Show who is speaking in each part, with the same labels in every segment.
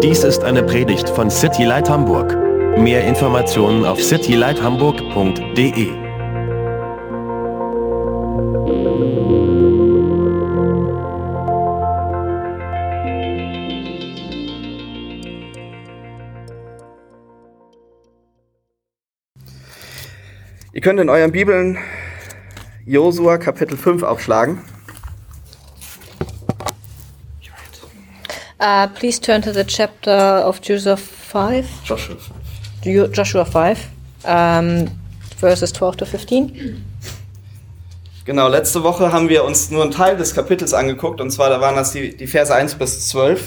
Speaker 1: Dies ist eine Predigt von City Light Hamburg. Mehr Informationen auf citylighthamburg.de.
Speaker 2: Ihr könnt in euren Bibeln Josua Kapitel 5 aufschlagen.
Speaker 3: Uh, please turn to the chapter of Joshua 5,
Speaker 2: Joshua 5.
Speaker 3: Jo- Joshua 5, um, verses 12 to 15.
Speaker 2: Genau, letzte Woche haben wir uns nur einen Teil des Kapitels angeguckt, und zwar da waren das die, die Verse 1 bis 12.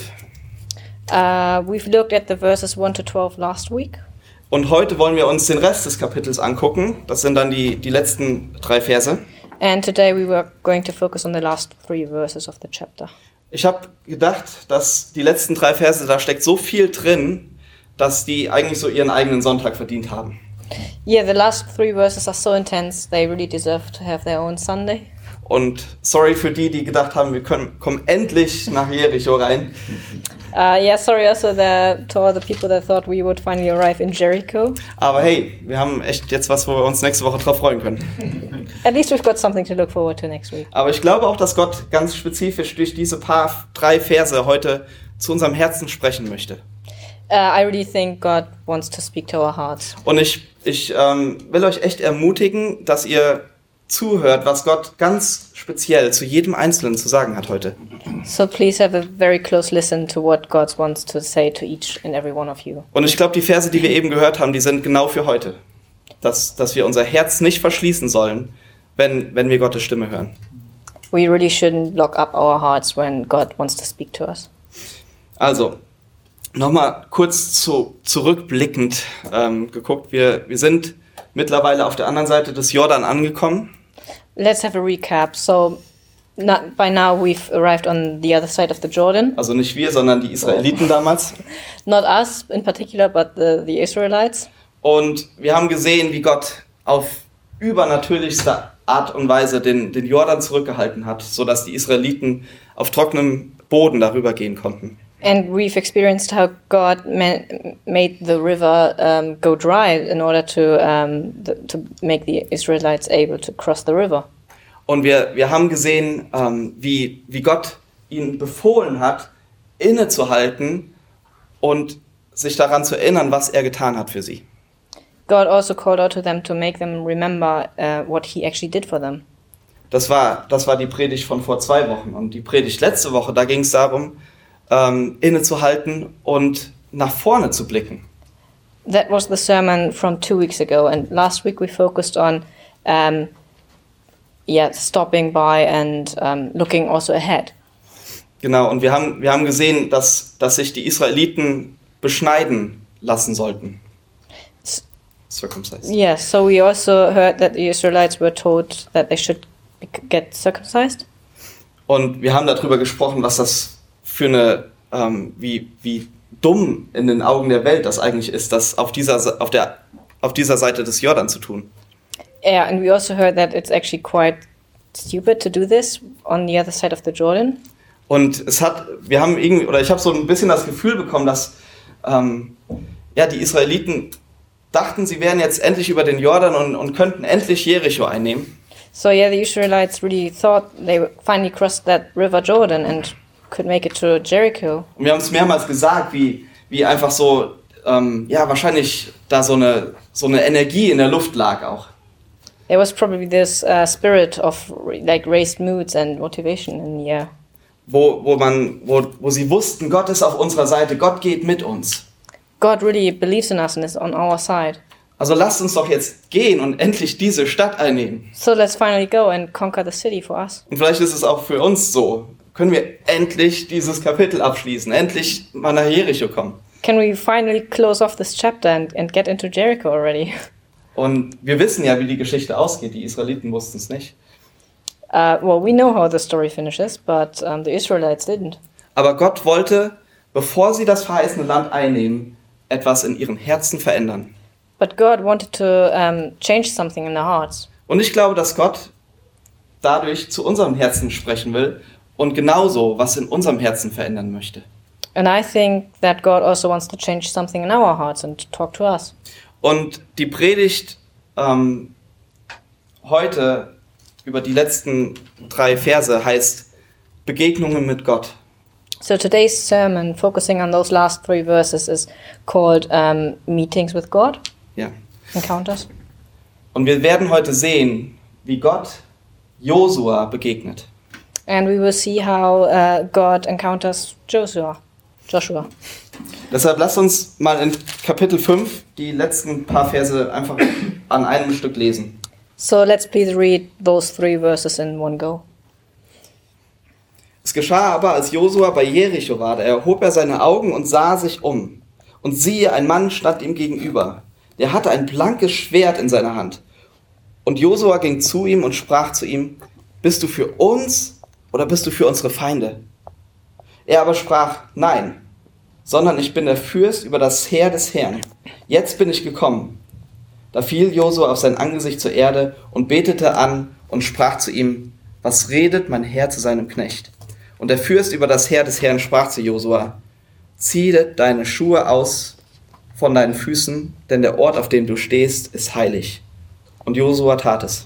Speaker 3: Uh, we've looked at the verses 1 to 12 last week,
Speaker 2: Und heute wollen wir uns den Rest des Kapitels angucken. Das sind dann die, die letzten drei Verse.
Speaker 3: and today we were going to focus on the last three verses of the chapter.
Speaker 2: Ich habe gedacht, dass die letzten drei Verse, da steckt so viel drin, dass die eigentlich so ihren eigenen Sonntag verdient haben.
Speaker 3: Yeah, the last three verses are so intense, they really deserve to have their own Sunday.
Speaker 2: Und sorry für die, die gedacht haben, wir können, kommen endlich nach Jericho rein.
Speaker 3: Uh, yeah, sorry also the, to all the people that thought we would finally arrive in Jericho.
Speaker 2: Aber hey, wir haben echt jetzt was, wo wir uns nächste Woche drauf freuen können.
Speaker 3: At least we've got something to look forward to next week.
Speaker 2: Aber ich glaube auch, dass Gott ganz spezifisch durch diese paar, drei Verse heute zu unserem Herzen sprechen möchte.
Speaker 3: Uh, I really think God wants to speak to our hearts.
Speaker 2: Und ich, ich ähm, will euch echt ermutigen, dass ihr zuhört, was Gott ganz speziell zu jedem Einzelnen zu sagen hat heute.
Speaker 3: So please have a very close listen to what God wants to say to each and every one of you.
Speaker 2: Und ich glaube, die Verse, die wir eben gehört haben, die sind genau für heute. Dass, dass wir unser Herz nicht verschließen sollen, wenn, wenn wir Gottes Stimme hören.
Speaker 3: We really shouldn't lock up our hearts when God wants to speak to us.
Speaker 2: Also, nochmal kurz zu, zurückblickend ähm, geguckt. Wir, wir sind mittlerweile auf der anderen Seite des Jordan angekommen.
Speaker 3: Let's have a recap. So, not, by now we've arrived on the other side of the Jordan.
Speaker 2: Also nicht wir, sondern die Israeliten damals.
Speaker 3: Not us in particular, but the, the Israelites.
Speaker 2: Und wir haben gesehen, wie Gott auf übernatürlichste Art und Weise den, den Jordan zurückgehalten hat, sodass die Israeliten auf trockenem Boden darüber gehen konnten.
Speaker 3: And we've experienced how God man, made the river um, go dry in order to, um, the, to make the Israelites able to cross the river.
Speaker 2: Und wir, wir haben gesehen, ähm, wie, wie Gott ihnen befohlen hat, innezuhalten und sich daran zu erinnern, was er getan hat für sie.
Speaker 3: God also called out to them to make them remember uh, what He actually did for them.
Speaker 2: Das war, das war die Predigt von vor zwei Wochen. Und die Predigt letzte Woche, da ging es darum, ähm, innezuhalten und nach vorne zu blicken.
Speaker 3: That was the sermon from two weeks ago, and last week we focused on, um, yeah, stopping by and um, looking also ahead.
Speaker 2: Genau, und wir haben, wir haben gesehen, dass, dass sich die Israeliten beschneiden lassen sollten.
Speaker 3: S-
Speaker 2: Circumcised.
Speaker 3: Yeah, so we also heard that the Israelites were told that they should bec- get circumcised,
Speaker 2: Und wir haben darüber gesprochen, was das für eine, ähm, wie, wie dumm in den Augen der Welt das eigentlich ist, das auf dieser, Se- auf der, auf dieser Seite des Jordan zu tun.
Speaker 3: yeah, and we also heard that it's actually quite stupid to do this on the other side of the Jordan.
Speaker 2: Und es hat, wir haben irgendwie, oder ich habe so ein bisschen das Gefühl bekommen, dass ähm, ja, die Israeliten dachten, sie wären jetzt endlich über den Jordan und, und könnten endlich Jericho einnehmen.
Speaker 3: So yeah, the Israelites really thought they finally crossed that river Jordan and could make it to Jericho.
Speaker 2: Und wir haben es mehrmals gesagt, wie, wie einfach so, ähm, ja, wahrscheinlich da so eine, so eine Energie in der Luft lag auch.
Speaker 3: There was probably this uh, spirit of like raised moods and motivation in the air,
Speaker 2: Wo, wo, man, wo, wo sie wussten, Gott ist auf unserer Seite, Gott geht mit uns.
Speaker 3: God really believes in us and is on our side.
Speaker 2: Also lasst uns doch jetzt gehen und endlich diese Stadt einnehmen.
Speaker 3: So let's finally go and conquer the city for us.
Speaker 2: Und vielleicht ist es auch für uns so. Können wir endlich dieses Kapitel abschließen, endlich mal nach Jericho kommen.
Speaker 3: Can we finally close off this chapter and, and get into Jericho already?
Speaker 2: Und wir wissen ja, wie die Geschichte ausgeht. Die Israeliten wussten es nicht.
Speaker 3: Uh, well, we know how the story finishes, but um, the Israelites didn't.
Speaker 2: Aber Gott wollte, bevor sie das verheißene Land einnehmen, etwas in ihren Herzen verändern.
Speaker 3: But God wanted to um, change something in their hearts.
Speaker 2: Und ich glaube, dass Gott dadurch zu unserem Herzen sprechen will und genauso was in unserem Herzen verändern möchte.
Speaker 3: And I think that God also wants to change something in our hearts and talk to us.
Speaker 2: Und die Predigt ähm, heute über die letzten drei Verse heißt Begegnungen mit Gott.
Speaker 3: So today's sermon, focusing on those last three verses, is called um, Meetings with God,
Speaker 2: Ja.
Speaker 3: Encounters.
Speaker 2: Und wir werden heute sehen, wie Gott Josua begegnet.
Speaker 3: And we will see how uh, God encounters Joshua. Joshua.
Speaker 2: Deshalb lasst uns mal in Kapitel 5 die letzten paar Verse einfach an einem Stück lesen.
Speaker 3: So let's please read those three verses in one go.
Speaker 2: Es geschah aber, als Josua bei Jericho war, da erhob er seine Augen und sah sich um. Und siehe, ein Mann stand ihm gegenüber. Der hatte ein blankes Schwert in seiner Hand. Und Josua ging zu ihm und sprach zu ihm, bist du für uns oder bist du für unsere Feinde? Er aber sprach, nein, sondern ich bin der Fürst über das Heer des Herrn. Jetzt bin ich gekommen. Da fiel Josua auf sein Angesicht zur Erde und betete an und sprach zu ihm, was redet mein Herr zu seinem Knecht? Und der Fürst über das Heer des Herrn sprach zu Josua, ziehe deine Schuhe aus von deinen Füßen, denn der Ort, auf dem du stehst, ist heilig. Und Josua tat es.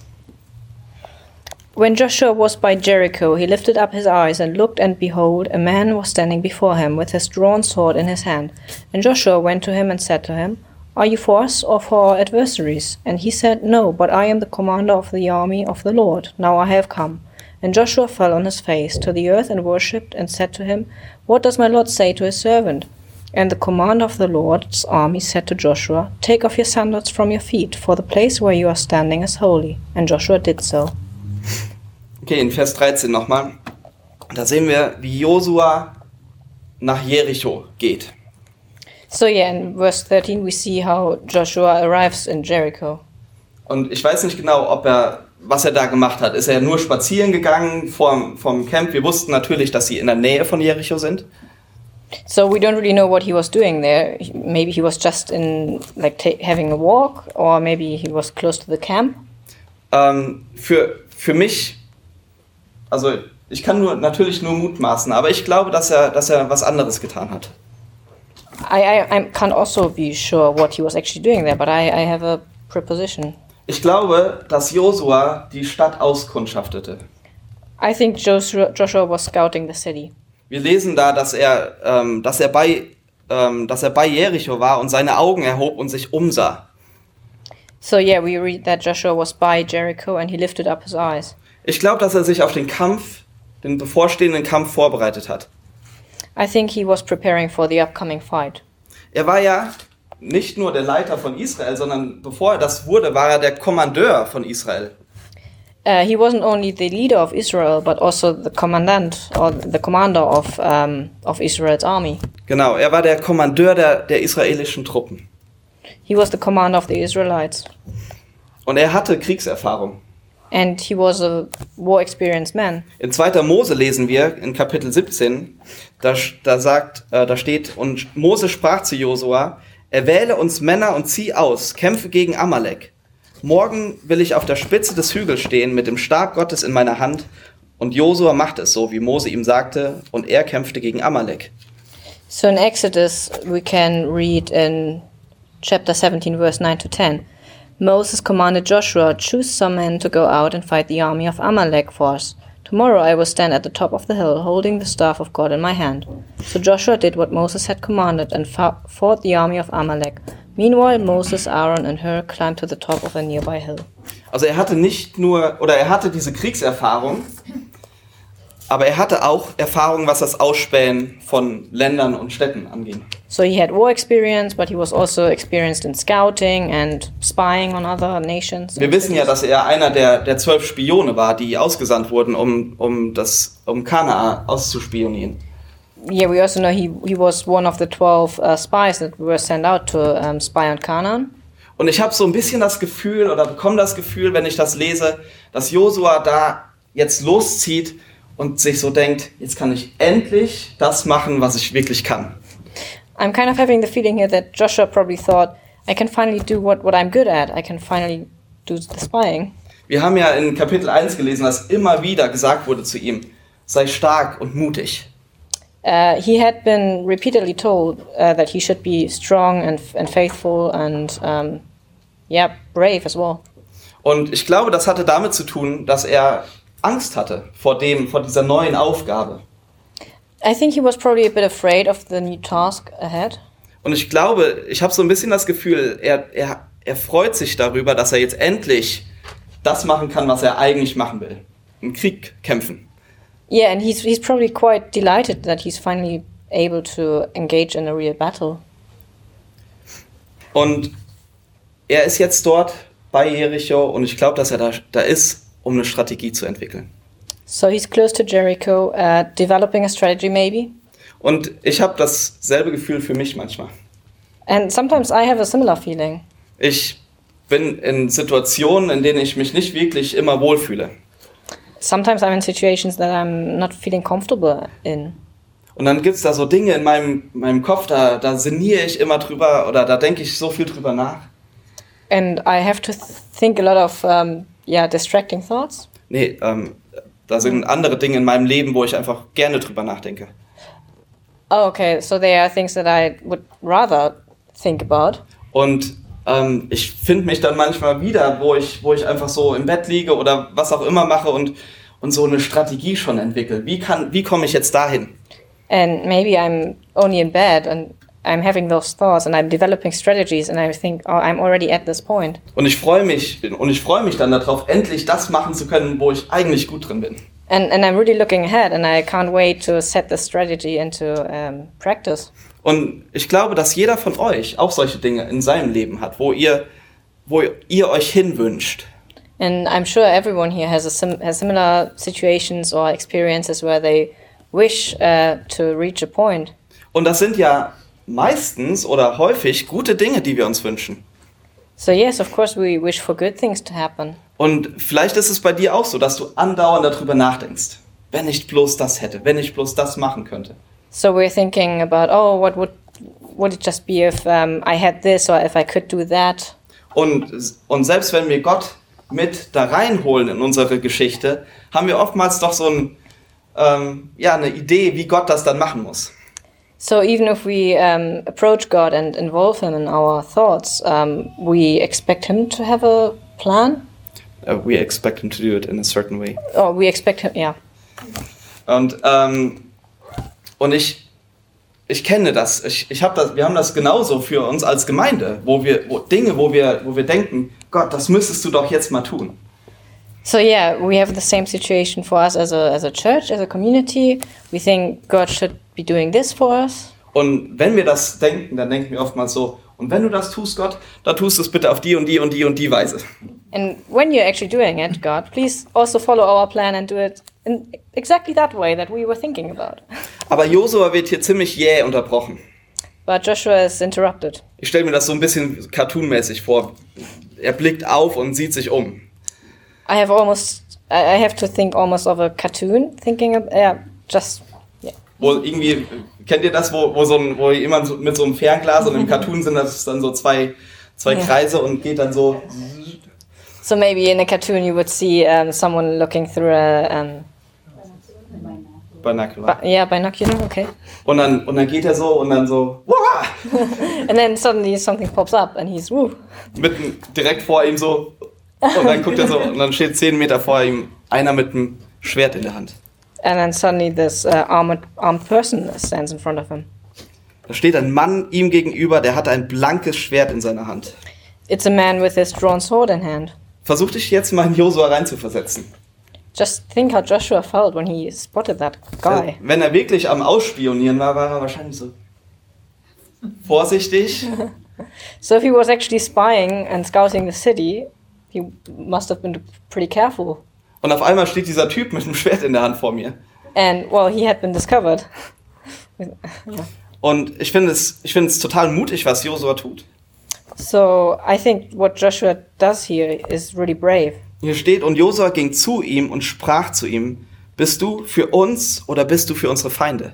Speaker 3: When Joshua was by Jericho, he lifted up his eyes and looked, and behold, a man was standing before him with his drawn sword in his hand. And Joshua went to him and said to him, Are you for us or for our adversaries? And he said, No, but I am the commander of the army of the Lord. Now I have come. And Joshua fell on his face to the earth and worshipped, and said to him, What does my Lord say to his servant? And the commander of the Lord's army said to Joshua, Take off your sandals from your feet, for the place where you are standing is holy. And Joshua did so.
Speaker 2: Okay, in Vers 13 nochmal. Da sehen wir, wie Josua nach Jericho geht.
Speaker 3: So yeah, in verse 13 we see how Joshua arrives in Jericho.
Speaker 2: Und ich weiß nicht genau, ob er, was er da gemacht hat. Ist er nur spazieren gegangen vom, vom Camp? Wir wussten natürlich, dass sie in der Nähe von Jericho sind.
Speaker 3: So we don't really know what he was doing there. He- Maybe he was just in like ta- having a walk or maybe he was close to the camp.
Speaker 2: Ähm, für, für mich, also ich kann nur natürlich nur mutmaßen, aber ich glaube, dass er, dass er was anderes getan hat.
Speaker 3: I, I, I can't also be sure what he was actually doing there, but I, I have a preposition.
Speaker 2: Ich glaube, dass Josua die Stadt auskundschaftete.
Speaker 3: I think Joshua, Joshua was scouting the city.
Speaker 2: Wir lesen da, dass er, ähm, dass er bei ähm, dass er bei Jericho war und seine Augen erhob und sich umsah.
Speaker 3: So yeah, we read that Joshua was by Jericho and he lifted up his eyes.
Speaker 2: Ich glaube, dass er sich auf den Kampf, den bevorstehenden Kampf vorbereitet hat.
Speaker 3: I think he was preparing for the upcoming fight.
Speaker 2: Er war ja nicht nur der Leiter von Israel, sondern bevor er das wurde, war er der Kommandeur von Israel.
Speaker 3: uh, he wasn't only the leader of Israel, but also the commandant or the commander of um, of Israel's army.
Speaker 2: Genau, er war der Kommandeur der, der israelischen Truppen.
Speaker 3: He was the commander of the Israelites,
Speaker 2: Und er hatte Kriegserfahrung.
Speaker 3: and he was a war-experienced man.
Speaker 2: In 2. Mose lesen wir in Kapitel 17, da, sch- da sagt, äh, da steht, und Mose sprach zu Josua, erwähle uns Männer und zieh aus, kämpfe gegen Amalek. Morgen will ich auf der Spitze des Hügels stehen mit dem Stab Gottes in meiner Hand. Und Josua machte es so, wie Mose ihm sagte, und er kämpfte gegen Amalek.
Speaker 3: So in Exodus, we can read in chapter 17, verse 9 to 10. Moses commanded Joshua, Choose some men to go out and fight the army of Amalek for us. Tomorrow I will stand at the top of the hill, holding the staff of God in my hand. So Joshua did what Moses had commanded and fou- fought the army of Amalek. Meanwhile, Moses, Aaron, and Hur climbed to the top of a nearby hill.
Speaker 2: Also er hatte nicht nur, oder er hatte diese Kriegserfahrung, aber er hatte auch Erfahrung, was das Ausspähen von Ländern und Städten anging.
Speaker 3: So he had war experience, but he was also experienced in scouting and spying on other nations.
Speaker 2: Wir wissen ja, dass er einer der, der zwölf Spione war, die ausgesandt wurden, um, um, das, um Kanaa auszuspionieren.
Speaker 3: Yeah, we also know he he was one of the twelve uh, spies that were sent out to um, spy on Canaan.
Speaker 2: Und ich habe so ein bisschen das Gefühl oder bekomme das Gefühl, wenn ich das lese, dass Josua da jetzt loszieht und sich so denkt, jetzt kann ich endlich das machen, was ich wirklich kann.
Speaker 3: I'm kind of having the feeling here that Joshua probably thought, I can finally do what, what I'm good at. I can finally do the spying.
Speaker 2: Wir haben ja in Kapitel 1 gelesen, dass immer wieder gesagt wurde zu ihm, sei stark und mutig.
Speaker 3: Uh, he had been repeatedly told uh, that he should be strong and, and faithful and, um, yeah, brave as well.
Speaker 2: Und ich glaube, das hatte damit zu tun, dass er Angst hatte vor dem, vor dieser neuen Aufgabe.
Speaker 3: I think he was probably a bit afraid of the new task ahead.
Speaker 2: Und ich glaube, ich habe so ein bisschen das Gefühl, er, er, er freut sich darüber, dass er jetzt endlich das machen kann, was er eigentlich machen will. Im Krieg kämpfen.
Speaker 3: Yeah, and he's, he's probably quite delighted that he's finally able to engage in a real battle.
Speaker 2: Und er ist jetzt dort bei Jericho und ich glaube, dass er da, da ist, um eine Strategie zu entwickeln.
Speaker 3: So he's close to Jericho, uh, developing a strategy maybe.
Speaker 2: Und ich habe dasselbe Gefühl für mich manchmal.
Speaker 3: And sometimes I have a similar feeling.
Speaker 2: Ich bin in Situationen, in denen ich mich nicht wirklich immer wohlfühle.
Speaker 3: Sometimes I'm in situations that I'm not feeling comfortable in.
Speaker 2: Und dann gibt es da so Dinge in meinem, meinem Kopf, da, da sinniere ich immer drüber oder da denke ich so viel drüber nach.
Speaker 3: And I have to th- think a lot of, um, yeah, distracting thoughts.
Speaker 2: Nee, ähm, da sind andere Dinge in meinem Leben, wo ich einfach gerne drüber nachdenke.
Speaker 3: Oh, okay, so there are things that I would rather think about.
Speaker 2: Und ähm, ich finde mich dann manchmal wieder, wo ich, wo ich einfach so im Bett liege oder was auch immer mache und, und so eine Strategie schon entwickle. Wie, kann- wie komme ich jetzt dahin?
Speaker 3: And maybe I'm only in bed and I'm having those thoughts and I'm developing strategies and I think, oh, I'm already at this point.
Speaker 2: Und ich freue mich und ich freue mich dann darauf, endlich das machen zu können, wo ich eigentlich gut drin bin.
Speaker 3: And, and I'm really looking ahead and I can't wait to set the strategy into um, practice.
Speaker 2: Und ich glaube, dass jeder von euch auch solche Dinge in seinem Leben hat, wo ihr, wo ihr euch hinwünscht.
Speaker 3: And I'm sure everyone here has, a sim- has similar situations or experiences where they wish uh, to reach a point.
Speaker 2: Und das sind ja meistens oder häufig gute Dinge, die wir uns wünschen.
Speaker 3: So, yes, of course, we wish for good things to happen.
Speaker 2: Und vielleicht ist es bei dir auch so, dass du andauernd darüber nachdenkst. Wenn ich bloß das hätte, wenn ich bloß das machen könnte.
Speaker 3: So we're thinking about, oh, what would would it just be if um, I had this or if I could do that?
Speaker 2: Und, und selbst wenn wir Gott mit da reinholen in unsere Geschichte, haben wir oftmals doch so ein, ähm, ja, eine Idee, wie Gott das dann machen muss.
Speaker 3: So even if we um, approach God and involve Him in our thoughts, um, we expect Him to have a plan,
Speaker 2: Uh, we expect him to do it in a certain way.
Speaker 3: or we expect Him, yeah.
Speaker 2: Und, ähm, und ich, ich kenne das. Ich, ich hab das. Wir haben das genauso für uns als Gemeinde, wo wir wo Dinge, wo wir, wo wir denken, Gott, das müsstest du doch jetzt mal tun.
Speaker 3: So yeah, we have the same situation for us as a as a church, as a community. We think God should be doing this for us,
Speaker 2: Und wenn wir das denken, dann denken wir oftmals so, und wenn du das tust, Gott, dann tust du es bitte auf die und die und die und die Weise.
Speaker 3: and when you're actually doing it, God, please also follow our plan and do it in exactly that way that we were thinking about.
Speaker 2: Aber Josua wird hier ziemlich jäh unterbrochen.
Speaker 3: But Joshua is interrupted.
Speaker 2: Ich stelle mir das so ein bisschen cartoonmäßig vor. Er blickt auf und sieht sich um.
Speaker 3: I have almost, I I have to think almost of a cartoon, thinking of, yeah, just, yeah.
Speaker 2: Wo irgendwie, kennt ihr das, wo, wo, so ein, wo jemand so, mit so einem Fernglas und im Cartoon sind das dann so zwei, zwei
Speaker 3: Ja.
Speaker 2: Kreise und geht dann so.
Speaker 3: So maybe in a cartoon you would see um, someone looking through a, um,
Speaker 2: Banakular.
Speaker 3: bi- yeah, binocular, okay.
Speaker 2: Und dann, und dann geht er so und dann so. Wah!
Speaker 3: And then suddenly something pops up and he's, woo.
Speaker 2: Mitten direkt vor ihm so. Und dann guckt er so und dann steht zehn Meter vor ihm einer mit einem Schwert in der Hand.
Speaker 3: And then suddenly this uh, armored, armed person stands in front of him.
Speaker 2: Da steht ein Mann ihm gegenüber, der hat ein blankes Schwert in seiner Hand.
Speaker 3: It's a man with his drawn sword in hand.
Speaker 2: Versuch dich jetzt mal in Josua reinzuversetzen.
Speaker 3: Just think how Joshua felt when he spotted that guy.
Speaker 2: Wenn er wirklich am Ausspionieren war, war er wahrscheinlich so vorsichtig.
Speaker 3: So if he was actually spying and scouting the city, he must have been pretty careful.
Speaker 2: Und auf einmal steht dieser Typ mit einem Schwert in der Hand vor mir.
Speaker 3: And well, he had been discovered. With- yeah.
Speaker 2: Und ich finde es, ich finde es total mutig, was Josua tut.
Speaker 3: So I think what Joshua does here is really brave.
Speaker 2: Hier steht, und Josua ging zu ihm und sprach zu ihm, bist du für uns oder bist du für unsere Feinde?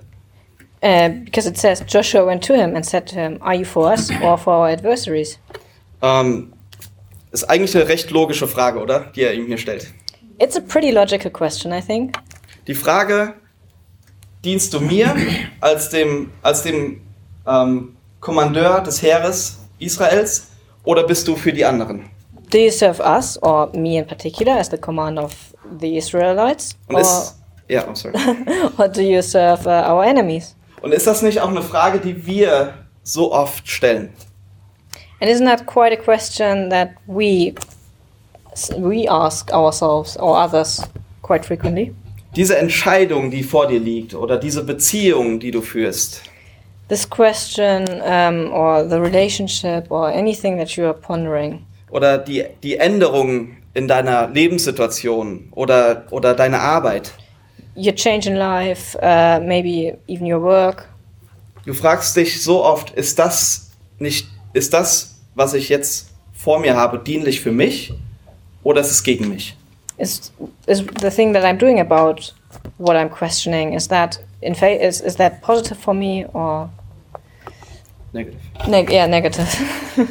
Speaker 3: Uh, because it says Joshua went to him and said to him, Are you for us or for our adversaries?
Speaker 2: Ähm, ist eigentlich eine recht logische Frage, oder? Die er ihm hier stellt.
Speaker 3: It's a pretty logical question, I think.
Speaker 2: Die Frage, dienst du mir als dem, als dem ähm, Kommandeur des Heeres Israels oder bist du für die anderen?
Speaker 3: Do you serve us, or me in particular, as the commander of the Israelites?
Speaker 2: Und ist, ja, I'm sorry.
Speaker 3: or, or do you serve uh, our enemies?
Speaker 2: Und ist das nicht auch eine Frage, die wir so oft stellen?
Speaker 3: And isn't that quite a question that we we ask ourselves or others quite frequently?
Speaker 2: Diese Entscheidung, die vor dir liegt oder diese Beziehung, die du führst,
Speaker 3: This question, um, or the relationship, or anything that you are pondering,
Speaker 2: oder die, die Änderung in deiner Lebenssituation oder, oder deiner Arbeit.
Speaker 3: your change in life, uh, maybe even your work.
Speaker 2: Du fragst dich so oft, ist das nicht, ist das, was ich jetzt vor mir habe, dienlich für mich oder ist es gegen mich?
Speaker 3: is is the thing that I'm doing about what I'm questioning is that in fa- is is that positive for me or
Speaker 2: Negative.
Speaker 3: neg- yeah negative?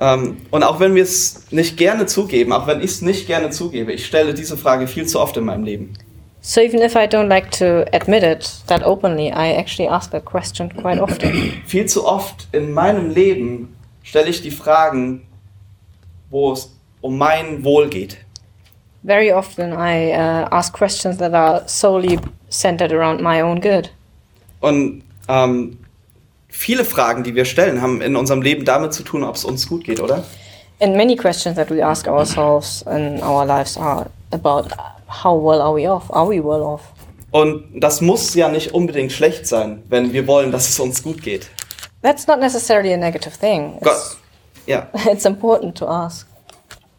Speaker 2: Ähm, und auch wenn wir es nicht gerne zugeben, auch wenn ich es nicht gerne zugebe, ich stelle diese Frage viel zu oft in meinem Leben.
Speaker 3: so even if I don't like to admit it that openly, I actually ask that question quite often.
Speaker 2: Viel zu oft in meinem Leben stelle ich die Fragen, wo es um mein Wohl geht.
Speaker 3: Very often, I uh, ask questions that are solely centered around my own good.
Speaker 2: Und ähm, viele Fragen, die wir stellen, haben in unserem Leben damit zu tun, ob es uns gut geht, oder?
Speaker 3: And many questions that we ask ourselves in our lives are about how well are we off? Are we well off?
Speaker 2: Und das muss ja nicht unbedingt schlecht sein, wenn wir wollen, dass es uns gut geht.
Speaker 3: That's not necessarily a negative thing.
Speaker 2: Gott,
Speaker 3: It's-
Speaker 2: ja.
Speaker 3: it's important to ask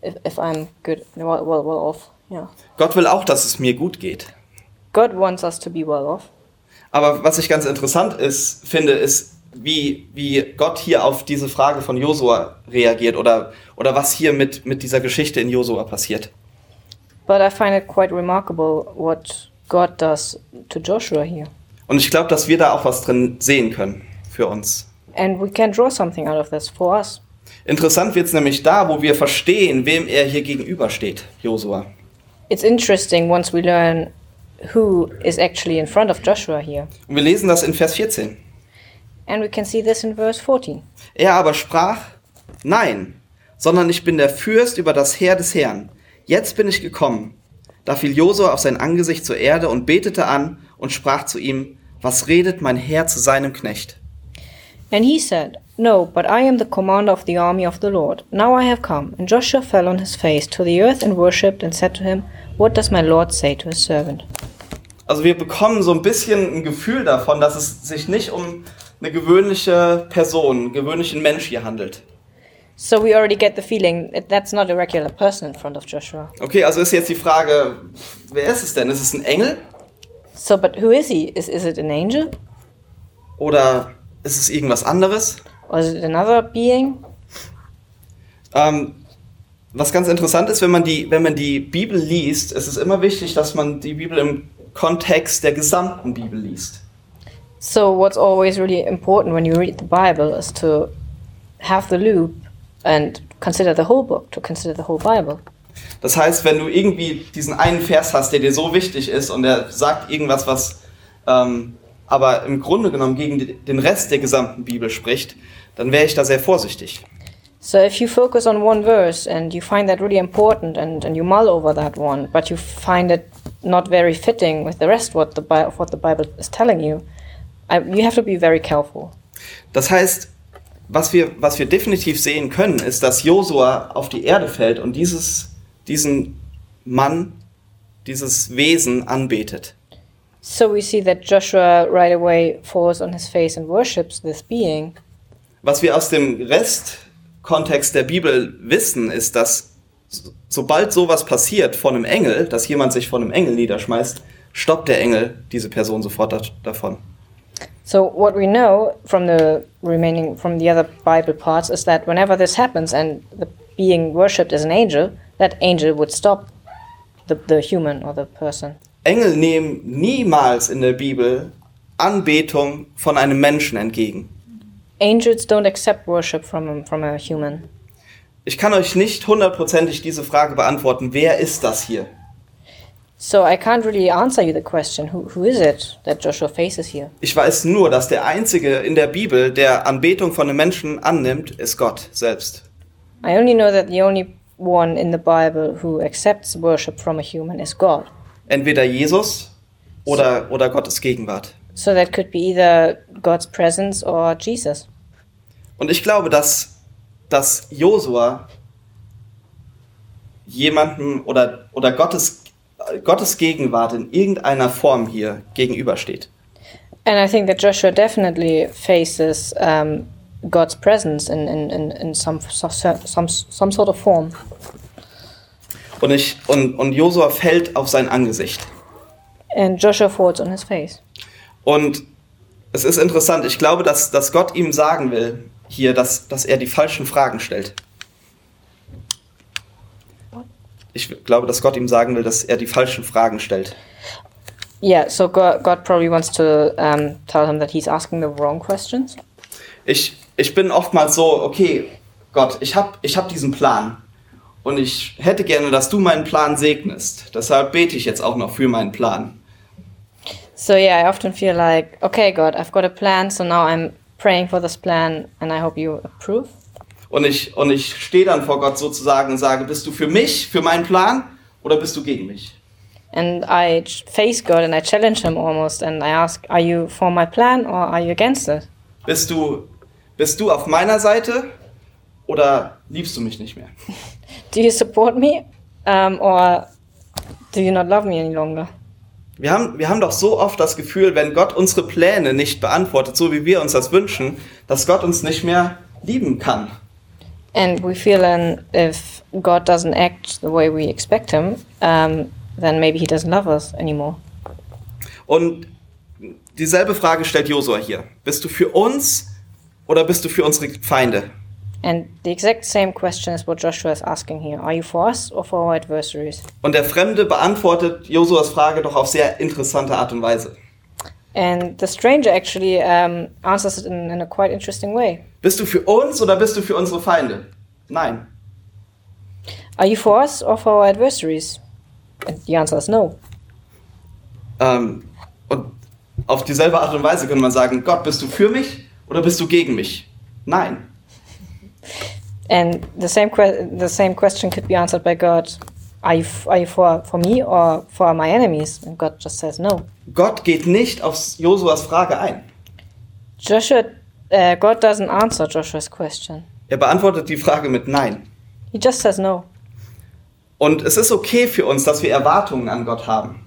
Speaker 3: if, if I'm good, well, well, well off. Yeah.
Speaker 2: Gott will auch, dass es mir gut geht.
Speaker 3: God wants us to be well off.
Speaker 2: Aber was ich ganz interessant ist, finde, ist, wie, wie Gott hier auf diese Frage von Josua reagiert oder, oder was hier mit, mit dieser Geschichte in Josua passiert.
Speaker 3: But I find it quite remarkable what God does to Joshua here.
Speaker 2: Und ich glaube, dass wir da auch was drin sehen können für uns.
Speaker 3: And we can draw something out of this for us.
Speaker 2: Interessant wird es nämlich da, wo wir verstehen, wem er hier gegenübersteht, Josua.
Speaker 3: It's interesting once we learn who is actually in front of Joshua here.
Speaker 2: Und wir lesen das in Vers 14.
Speaker 3: And we can see this in verse 14.
Speaker 2: Er aber sprach, nein, sondern ich bin der Fürst über das Heer des Herrn. Jetzt bin ich gekommen. Da fiel Josua auf sein Angesicht zur Erde und betete an und sprach zu ihm, was redet mein Herr zu seinem Knecht?
Speaker 3: And he said, No, but I am the commander of the army of the Lord. Now I have come. And Joshua fell on his face to the earth and worshipped and said to him, What does my Lord say to his servant?
Speaker 2: Also wir bekommen so ein bisschen ein Gefühl davon, dass es sich nicht um eine gewöhnliche Person, einen gewöhnlichen Mensch hier handelt.
Speaker 3: So we already get the feeling that that's not a regular person in front of Joshua.
Speaker 2: Okay, also ist jetzt die Frage, wer ist es denn? Ist es ein Engel
Speaker 3: So, but who is he? Is, is it an angel?
Speaker 2: oder ist es irgendwas anderes?
Speaker 3: Or is it another being?
Speaker 2: Ähm, was ganz interessant ist, wenn man, die, wenn man die Bibel liest, ist es immer wichtig, dass man die Bibel im Kontext der gesamten Bibel liest.
Speaker 3: So, what's always really important when you read the Bible is to have the loop and consider the whole book, to consider the whole Bible.
Speaker 2: Das heißt, wenn du irgendwie diesen einen Vers hast, der dir so wichtig ist und der sagt irgendwas, was ähm, aber im Grunde genommen gegen die- den Rest der gesamten Bibel spricht, dann wäre ich da sehr vorsichtig.
Speaker 3: So if you focus on one verse and you find that really important and, and you mull over that one, but you find it not very fitting with the rest what the Bi- of what the Bible is telling you, I, you have to be very careful.
Speaker 2: Das heißt, was wir, was wir definitiv sehen können, ist, dass Josua auf die Erde fällt und dieses, diesen Mann, dieses Wesen anbetet.
Speaker 3: So we see that Joshua right away falls on his face and worships this being.
Speaker 2: Was wir aus dem Restkontext der Bibel wissen, ist, dass so- sobald sowas passiert von einem Engel, dass jemand sich von einem Engel niederschmeißt, stoppt der Engel diese Person sofort da- davon.
Speaker 3: So what we know from the remaining from the other Bible parts is that whenever this happens and the being worshipped is an angel, that angel would stop the, the human or the person.
Speaker 2: Engel nehmen niemals in der Bibel Anbetung von einem Menschen entgegen.
Speaker 3: angels don't accept worship from from a human.
Speaker 2: Ich kann euch nicht hundertprozentig diese Frage beantworten, wer ist das hier?
Speaker 3: So I can't really answer you the question. Who, who is it that Joshua faces here?
Speaker 2: Ich weiß nur, dass der Einzige in der Bibel, der Anbetung von einem Menschen annimmt, ist Gott selbst.
Speaker 3: I only know that the only one in the Bible who accepts worship from a human is God.
Speaker 2: Entweder Jesus oder, oder Gottes Gegenwart.
Speaker 3: So that could be either God's presence or Jesus.
Speaker 2: Und ich glaube, dass, dass Josua jemandem oder, oder Gottes, Gottes Gegenwart in irgendeiner Form hier gegenübersteht.
Speaker 3: And I think that Joshua definitely faces um, God's presence in, in, in, in some, so- so- some, some sort of form.
Speaker 2: Und, ich, und, und Josua fällt auf sein Angesicht.
Speaker 3: And Joshua falls on his face.
Speaker 2: Und es ist interessant, ich glaube, dass, dass Gott ihm sagen will, hier, dass, dass er die falschen Fragen stellt. Ich glaube, dass Gott ihm sagen will, dass er die falschen Fragen stellt.
Speaker 3: Yeah, so God, God probably wants to um, tell him that he's asking the wrong questions.
Speaker 2: Ich, ich bin oftmals so, okay, Gott, ich habe ich hab diesen Plan. Und ich hätte gerne, dass du meinen Plan segnest. Deshalb bete ich jetzt auch noch für meinen Plan.
Speaker 3: So yeah, I often feel like, okay, God, I've got a plan, so now I'm praying for this plan, and I hope you approve.
Speaker 2: Und ich, und ich stehe dann vor Gott sozusagen und sage, bist du für mich, für meinen Plan oder bist du gegen mich?
Speaker 3: And I ch- face God and I challenge him almost, and I ask, are you for my plan or are you against it?
Speaker 2: Bist du, bist du auf meiner Seite oder liebst du mich nicht mehr?
Speaker 3: Do you support me, um, or do you not love me any longer?
Speaker 2: Wir haben, wir haben doch so oft das Gefühl, wenn Gott unsere Pläne nicht beantwortet, so wie wir uns das wünschen, dass Gott uns nicht mehr lieben kann.
Speaker 3: And we feel and if God doesn't act the way we expect him, um, then maybe he doesn't love us anymore.
Speaker 2: Und dieselbe Frage stellt Josua hier. Bist du für uns oder bist du für unsere Feinde?
Speaker 3: And the exact same question is what Joshua is asking here. Are you for us or for our adversaries?
Speaker 2: Und der Fremde beantwortet Josuas Frage doch auf sehr interessante Art und Weise.
Speaker 3: And the stranger actually um, answers it in, in a quite interesting way.
Speaker 2: Bist du für uns oder bist du für unsere Feinde? Nein.
Speaker 3: Are you for us or for our adversaries? And the answer is no.
Speaker 2: Ähm, und auf dieselbe Art und Weise könnte man sagen, Gott, bist du für mich oder bist du gegen mich? Nein.
Speaker 3: And the same que- the same question could be answered by God. Are you f- are you for for me or for my enemies? And God just says no.
Speaker 2: Gott geht nicht auf Josuas Frage ein.
Speaker 3: Joshua, uh, God doesn't answer Joshua's question.
Speaker 2: Er beantwortet die Frage mit Nein.
Speaker 3: He just says no.
Speaker 2: Und es ist okay für uns, dass wir Erwartungen an Gott haben.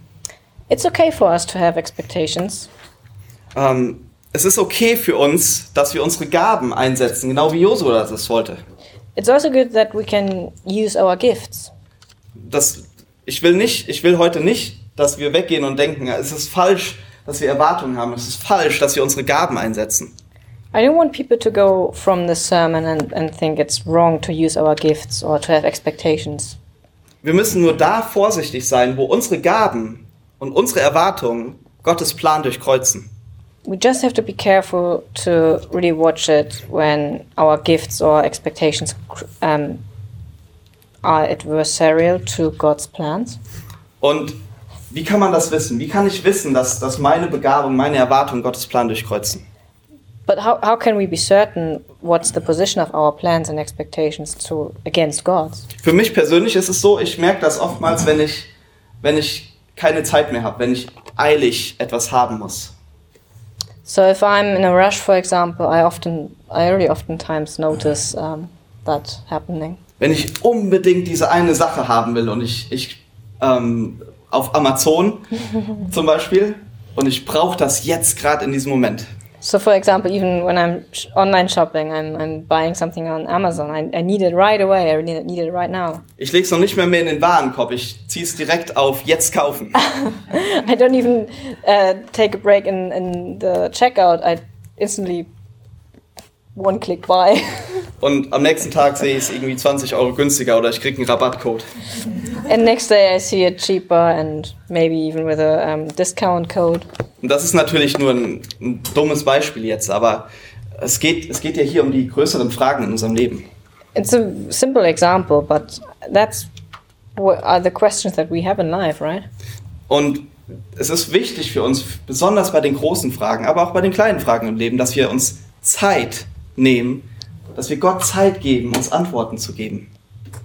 Speaker 3: It's okay for us to have expectations.
Speaker 2: Ähm, es ist okay für uns, dass wir unsere Gaben einsetzen, genau wie Josua das wollte.
Speaker 3: It's also good that we can use our gifts.
Speaker 2: Das, ich, will nicht, ich will heute nicht, dass wir weggehen und denken, es ist falsch, dass wir Erwartungen haben. Es ist falsch, dass wir unsere Gaben einsetzen.
Speaker 3: I don't want people to go from this sermon and, and think it's wrong to use our gifts or to have expectations.
Speaker 2: Wir müssen nur da vorsichtig sein, wo unsere Gaben und unsere Erwartungen Gottes Plan durchkreuzen.
Speaker 3: We just have to be careful to really watch it when our gifts or expectations cr- um, are adversarial to God's plans.
Speaker 2: Und wie kann man das wissen? Wie kann ich wissen, dass, dass meine Begabung, meine Erwartungen Gottes Plan durchkreuzen?
Speaker 3: But how, how can we be certain what's the position of our plans and expectations to against God's?
Speaker 2: Für mich persönlich ist es so, ich merke das oftmals, wenn ich, wenn ich keine Zeit mehr habe, wenn ich eilig etwas haben muss.
Speaker 3: So if I'm in a rush, for example, I often, I really oftentimes notice um, that happening.
Speaker 2: Wenn ich unbedingt diese eine Sache haben will und ich, ich ähm, auf Amazon zum Beispiel und ich brauche das jetzt gerade in diesem Moment.
Speaker 3: So, for example, even when I'm sh- online shopping, I'm, I'm buying something on Amazon. I, I need it right away. I really need it, need it right now.
Speaker 2: Ich leg's noch nicht mehr, mehr in den Warenkorb, ich zieh's direkt auf jetzt kaufen.
Speaker 3: I don't even uh, take a break in, in the checkout. I instantly one click buy.
Speaker 2: Und am nächsten Tag sehe ich es irgendwie 20 Euro günstiger oder ich krieg einen Rabattcode.
Speaker 3: and next day I see it cheaper and maybe even with a um, discount code.
Speaker 2: Und das ist natürlich nur ein, ein dummes Beispiel jetzt, aber es geht, es geht ja hier um die größeren Fragen in unserem Leben.
Speaker 3: It's a simple example, but that's what are the questions that we have in life, right?
Speaker 2: Und es ist wichtig für uns, besonders bei den großen Fragen, aber auch bei den kleinen Fragen im Leben, dass wir uns Zeit nehmen, dass wir Gott Zeit geben, uns Antworten zu geben.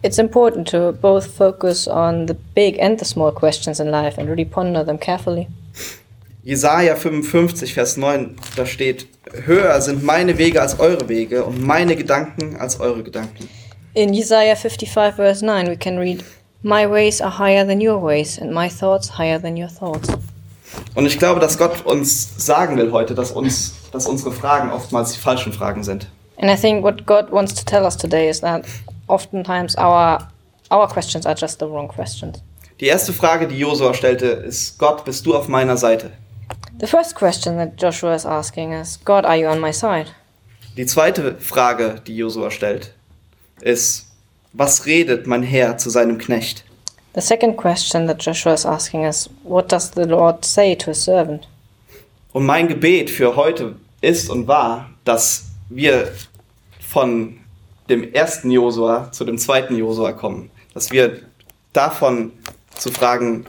Speaker 3: It's important to both focus on the big and the small questions in life and really ponder them carefully.
Speaker 2: Jesaja 55, Vers 9, da steht, höher sind meine Wege als eure Wege und meine Gedanken als eure Gedanken.
Speaker 3: In Isaiah 55, verse 9, we can read, My ways are higher than your ways, and my thoughts higher than your thoughts.
Speaker 2: Und ich glaube, dass Gott uns sagen will heute, dass, uns, dass unsere Fragen oftmals die falschen Fragen sind.
Speaker 3: And I think what God wants to tell us today is that oftentimes our, our questions are just the wrong questions.
Speaker 2: Die erste Frage, die Josua stellte, ist, Gott, bist du auf meiner Seite?
Speaker 3: The first question that Joshua is asking is, God, are you on my side?
Speaker 2: Die zweite Frage, die Josua stellt, ist, was redet mein Herr zu seinem Knecht?
Speaker 3: The second question that Joshua is asking is, What does the Lord say to his servant?
Speaker 2: Und mein Gebet für heute ist und war, dass wir von dem ersten Josua zu dem zweiten Josua kommen. Dass wir davon zu fragen,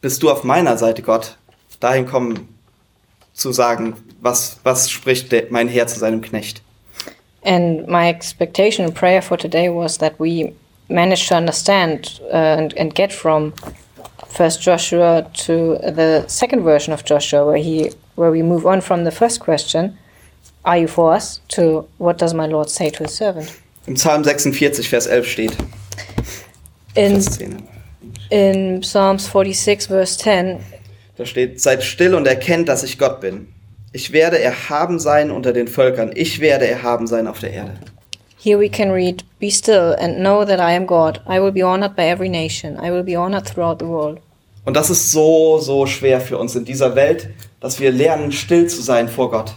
Speaker 2: bist du auf meiner Seite, Gott? Dahin kommen zu sagen, was, was spricht der, mein Herr zu seinem Knecht?
Speaker 3: And my expectation and prayer for today was that we manage to understand uh, and, and get from First Joshua to the second version of Joshua, where he where we move on from the first question, "Are you for us?" to "What does my Lord say to his servant?"
Speaker 2: Im Psalm 46, Vers 11 steht.
Speaker 3: In
Speaker 2: Vers 10.
Speaker 3: in Psalms 46 verse 10,
Speaker 2: Da steht, seid still und erkennt, dass ich Gott bin. Ich werde erhaben sein unter den Völkern. Ich werde erhaben sein auf der Erde.
Speaker 3: Here we can read, Be still and know that I am God. I will be honored by every nation. I will be honored throughout the world.
Speaker 2: Und das ist so, so schwer für uns in dieser Welt, dass wir lernen, still zu sein vor Gott.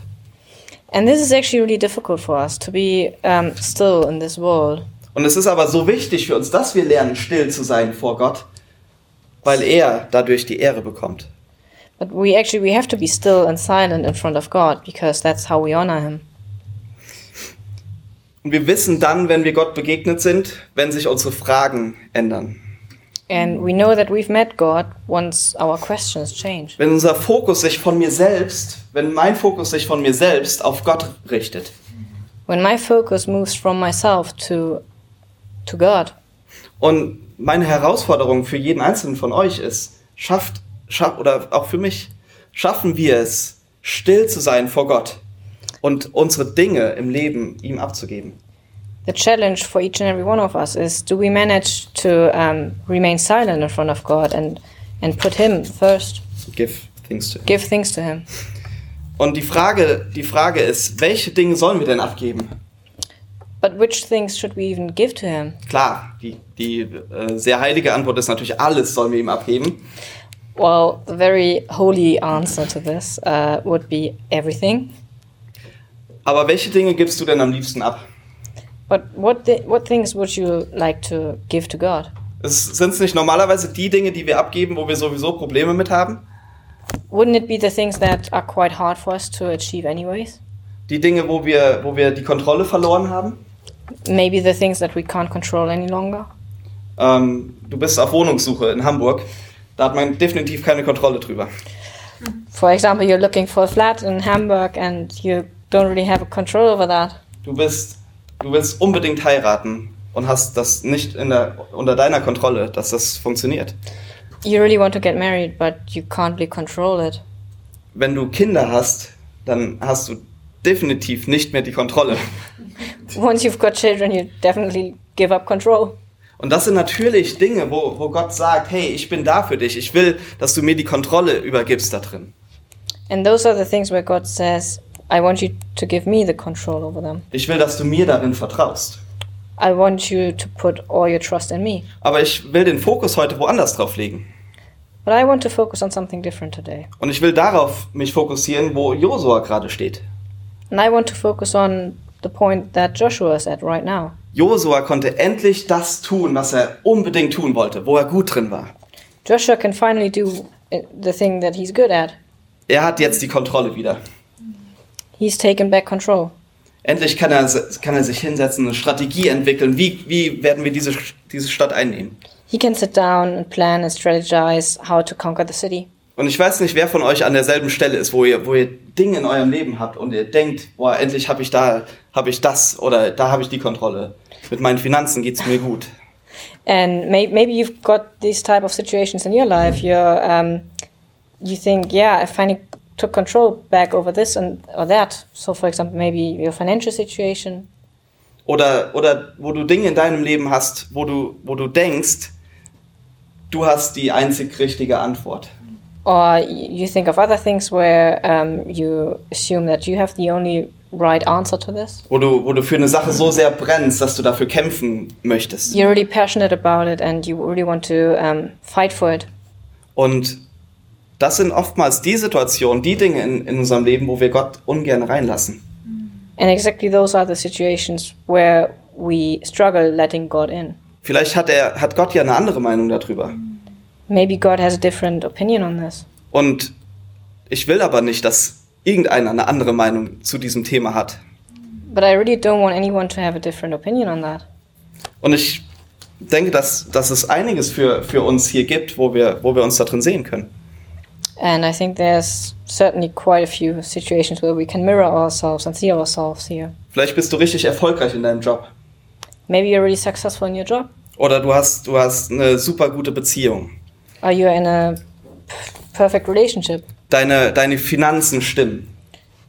Speaker 3: And this is actually really difficult for us to be um, still in this world.
Speaker 2: Und es ist aber so wichtig für uns, dass wir lernen, still zu sein vor Gott, weil er dadurch die Ehre bekommt.
Speaker 3: But we actually we have to be still and silent in front of God because that's how we honor Him.
Speaker 2: Und wir wissen dann, wenn wir Gott begegnet sind, wenn sich unsere Fragen ändern.
Speaker 3: And we know that we've met God once our questions change.
Speaker 2: Wenn unser Fokus sich von mir selbst, wenn mein Fokus sich von mir selbst auf Gott richtet.
Speaker 3: When my focus moves from myself to to God.
Speaker 2: Und meine Herausforderung für jeden einzelnen von euch ist, schafft, schaff, oder auch für mich, schaffen wir es, still zu sein vor Gott und unsere Dinge im Leben ihm abzugeben.
Speaker 3: The challenge for each and every one of us is: Do we manage to um, remain silent in front of God and and put Him first,
Speaker 2: Give things to him.
Speaker 3: give things to Him?
Speaker 2: Und die Frage, die Frage ist, welche Dinge sollen wir denn abgeben?
Speaker 3: But which things should we even give to Him?
Speaker 2: Klar, die, die äh, sehr heilige Antwort ist natürlich, alles sollen wir ihm abgeben.
Speaker 3: Well, the very holy answer to this uh, would be everything.
Speaker 2: Aber welche Dinge gibst du denn am liebsten ab?
Speaker 3: But what thi- what things would you like to give to God?
Speaker 2: Sind es nicht normalerweise die Dinge, die wir abgeben, wo wir sowieso Probleme mit haben?
Speaker 3: Wouldn't it be the things that are quite hard for us to achieve, anyways?
Speaker 2: Die Dinge, wo wir, wo wir die Kontrolle verloren haben?
Speaker 3: Maybe the things that we can't control any longer.
Speaker 2: Ähm, du bist auf Wohnungssuche in Hamburg. Da hat man definitiv keine Kontrolle drüber.
Speaker 3: For example, you're looking for a flat in Hamburg and you don't really have a control over that.
Speaker 2: Du bist, du willst unbedingt heiraten und hast das nicht in der, unter deiner Kontrolle, dass das funktioniert.
Speaker 3: you really want to get married, but you can't really control it.
Speaker 2: Wenn du Kinder hast, dann hast du definitiv nicht mehr die Kontrolle.
Speaker 3: Once you've got children, you definitely give up control.
Speaker 2: Und das sind natürlich Dinge, wo, wo Gott sagt, hey, ich bin da für dich. Ich will, dass du mir die Kontrolle übergibst da drin.
Speaker 3: And those are the things where God says, I want you to give me the control over them.
Speaker 2: Ich will, dass du mir darin vertraust.
Speaker 3: I want you to put all your trust in me.
Speaker 2: Aber ich will den Fokus heute woanders drauf legen.
Speaker 3: But I want to focus on something different today.
Speaker 2: Und ich will darauf mich fokussieren, wo Josua gerade steht.
Speaker 3: And I want to focus on the point that Joshua is at right now.
Speaker 2: Josua konnte endlich das tun, was er unbedingt tun wollte, wo er gut drin war.
Speaker 3: Joshua can finally do uh, the thing that he's good at.
Speaker 2: Er hat jetzt die Kontrolle wieder.
Speaker 3: He's taken back control.
Speaker 2: Endlich kann er, kann er sich hinsetzen, eine Strategie entwickeln. Wie, wie werden wir diese, diese Stadt einnehmen?
Speaker 3: He can sit down and plan and strategize how to conquer the city.
Speaker 2: Und ich weiß nicht, wer von euch an derselben Stelle ist, wo ihr, wo ihr Dinge in eurem Leben habt und ihr denkt, boah, endlich habe ich da, habe ich das oder da habe ich die Kontrolle. Mit meinen Finanzen geht's mir gut.
Speaker 3: And may- maybe you've got these type of situations in your life. You're, um, you think, yeah, I finally took control back over this and or that. So, for example, maybe your financial situation.
Speaker 2: Oder, oder wo du Dinge in deinem Leben hast, wo du, wo du denkst, du hast die einzig richtige Antwort.
Speaker 3: Or y- you think of other things where um, you assume that you have the only right answer to this.
Speaker 2: Wo du, wo du für eine Sache so sehr brennst, dass du dafür kämpfen möchtest.
Speaker 3: You're really passionate about it and you really want to um, fight for it.
Speaker 2: Und das sind oftmals die Situationen, die Dinge in, in unserem Leben, wo wir Gott ungern reinlassen.
Speaker 3: And exactly those are the situations where we struggle letting God in.
Speaker 2: Vielleicht hat, er, hat Gott ja eine andere Meinung darüber.
Speaker 3: Maybe God has a different opinion on this.
Speaker 2: Und ich will aber nicht, dass irgendeiner eine andere Meinung zu diesem Thema hat.
Speaker 3: But I really don't want anyone to have a different opinion on that.
Speaker 2: Und ich denke, dass, dass es einiges für, für uns hier gibt, wo wir, wo wir uns da drin sehen können.
Speaker 3: And I think there's certainly quite a few situations where we can mirror ourselves and see ourselves here.
Speaker 2: Vielleicht bist du richtig erfolgreich in deinem Job.
Speaker 3: Maybe you're really successful in your job,
Speaker 2: Oder du hast, du hast eine super gute Beziehung.
Speaker 3: or you're in a p- perfect relationship.
Speaker 2: Deine, deine Finanzen stimmen.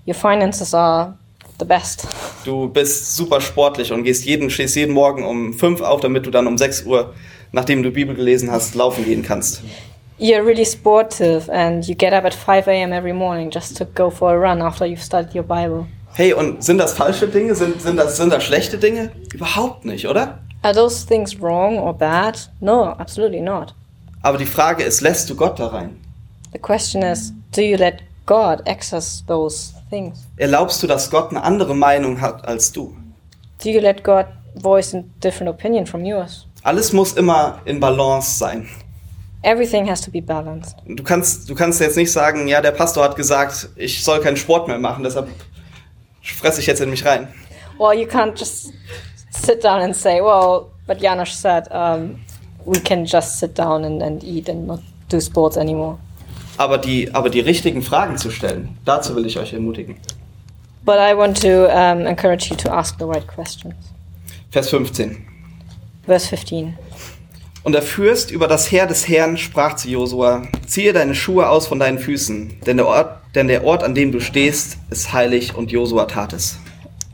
Speaker 3: Your finances are the best.
Speaker 2: Du bist super sportlich und gehst jeden, stehst jeden Morgen um 5 auf, damit du dann um 6 Uhr, nachdem du Bibel gelesen hast, laufen gehen kannst.
Speaker 3: You're really sportive and you get up at 5 a.m. every morning just to go for a run after you've studied your Bible.
Speaker 2: Hey, und sind das falsche Dinge? Sind, sind, das, sind das schlechte Dinge? Überhaupt nicht, oder?
Speaker 3: Are those things wrong or bad? No, absolutely not.
Speaker 2: Aber die Frage ist, lässt du Gott da rein?
Speaker 3: The question is do you let God access those things?
Speaker 2: Erlaubst du, dass Gott eine andere Meinung hat als du?
Speaker 3: Do you let God voice a different opinion from yours?
Speaker 2: Alles muss immer in Balance sein.
Speaker 3: Everything has to be balanced.
Speaker 2: Du kannst, du kannst jetzt nicht sagen, ja, der Pastor hat gesagt, ich soll keinen Sport mehr machen, deshalb fresse ich jetzt in mich rein.
Speaker 3: Well, you can't just sit down and say, well, but Janos said um, we can just sit down and, and eat and not do sports anymore.
Speaker 2: Aber die, aber die richtigen Fragen zu stellen, dazu will ich euch ermutigen.
Speaker 3: But I want to um, encourage you to ask the right questions.
Speaker 2: Vers 15.
Speaker 3: Verse 15.
Speaker 2: Und der Fürst über das Heer des Herrn sprach zu Josua, ziehe deine Schuhe aus von deinen Füßen, denn der Ort, denn der Ort an dem du stehst, ist heilig und Josua tat es.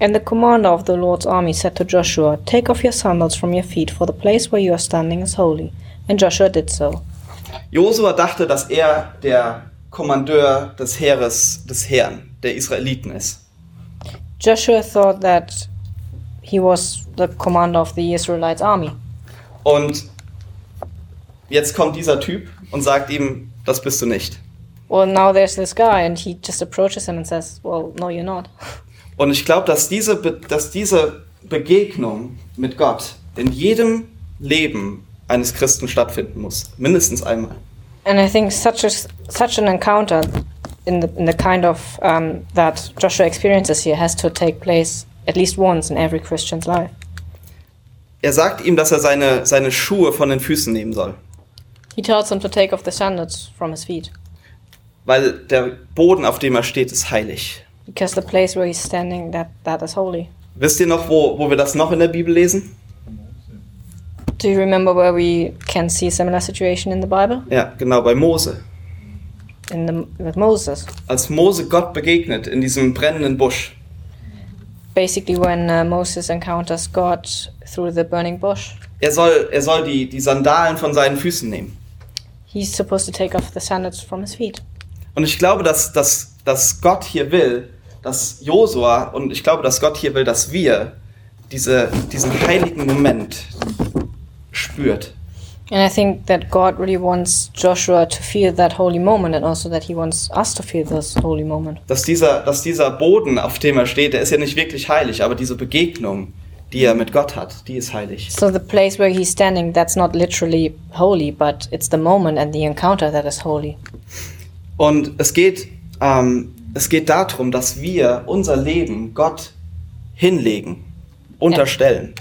Speaker 3: And the commander of the Lord's army said to Joshua, Take off your sandals from your feet, for the place where you are standing is holy. And Joshua did so.
Speaker 2: Josua dachte, dass er der Kommandeur des Heeres des Herrn, der Israeliten ist.
Speaker 3: Joshua thought that he was the commander of the Israelite army.
Speaker 2: Und jetzt kommt dieser Typ und sagt ihm, das bist du nicht.
Speaker 3: Well, now there's this guy, and he just approaches him and says, Well, no, you're not.
Speaker 2: Und ich glaube, dass diese, Be dass diese Begegnung mit Gott in jedem Leben eines Christen stattfinden muss. Mindestens einmal.
Speaker 3: And I think such, a, such an encounter in the, in the kind of um, that Joshua experiences here has to take place at least once in every Christian's life.
Speaker 2: Er sagt ihm, dass er seine, seine Schuhe von den Füßen nehmen soll,
Speaker 3: He tells him to take off the sandals from his feet.
Speaker 2: weil der Boden, auf dem er steht, ist heilig.
Speaker 3: Because the place where he's standing, that, that is holy.
Speaker 2: Wisst ihr noch, wo, wo wir das noch in der Bibel lesen?
Speaker 3: Do you remember where we can see similar situation in the Bible?
Speaker 2: Ja, genau, bei Mose.
Speaker 3: In the, with Moses.
Speaker 2: Als Mose Gott begegnet in diesem brennenden Busch,
Speaker 3: Basically, when uh, Moses encounters God through the burning bush,
Speaker 2: er soll, er soll die, die Sandalen von seinen Füßen nehmen.
Speaker 3: he's supposed to take off the sandals from his feet.
Speaker 2: Und ich glaube, dass, dass, dass Gott hier will, dass Josua und ich glaube, dass Gott hier will, dass wir diese, diesen heiligen Moment spürt.
Speaker 3: And I think that God really wants Joshua to feel that holy moment and also that he wants us to feel this holy moment.
Speaker 2: Dass dieser, dass dieser Boden, auf dem er steht, der ist ja nicht wirklich heilig, aber diese Begegnung, die er mit Gott hat, die ist heilig.
Speaker 3: So, the place where he's standing, that's not literally holy, but it's the moment and the encounter that is holy.
Speaker 2: Und es geht, ähm, es geht darum, dass wir unser Leben Gott hinlegen, unterstellen.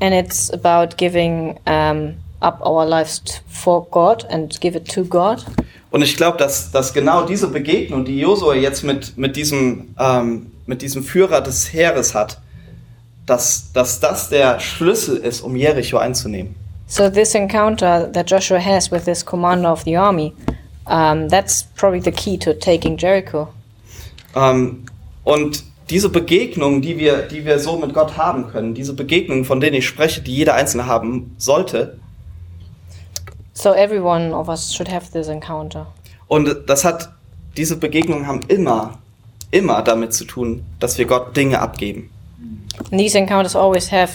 Speaker 3: And it's about giving um, up our lives t- for God and give it to God.
Speaker 2: Und ich glaube, dass, dass genau diese Begegnung, die Josua jetzt mit, mit, diesem, ähm, mit diesem Führer des Heeres hat, dass, dass das der Schlüssel ist, um Jericho einzunehmen.
Speaker 3: So this encounter that Joshua has with this commander of the army, um, that's probably the key to taking Jericho.
Speaker 2: Ähm, und diese Begegnungen, die wir, die wir so mit Gott haben können, diese Begegnungen, von denen ich spreche, die jeder Einzelne haben sollte,
Speaker 3: So every one of us should have this encounter.
Speaker 2: und das hat, diese Begegnungen haben immer, immer damit zu tun, dass wir Gott Dinge abgeben.
Speaker 3: And these encounters always have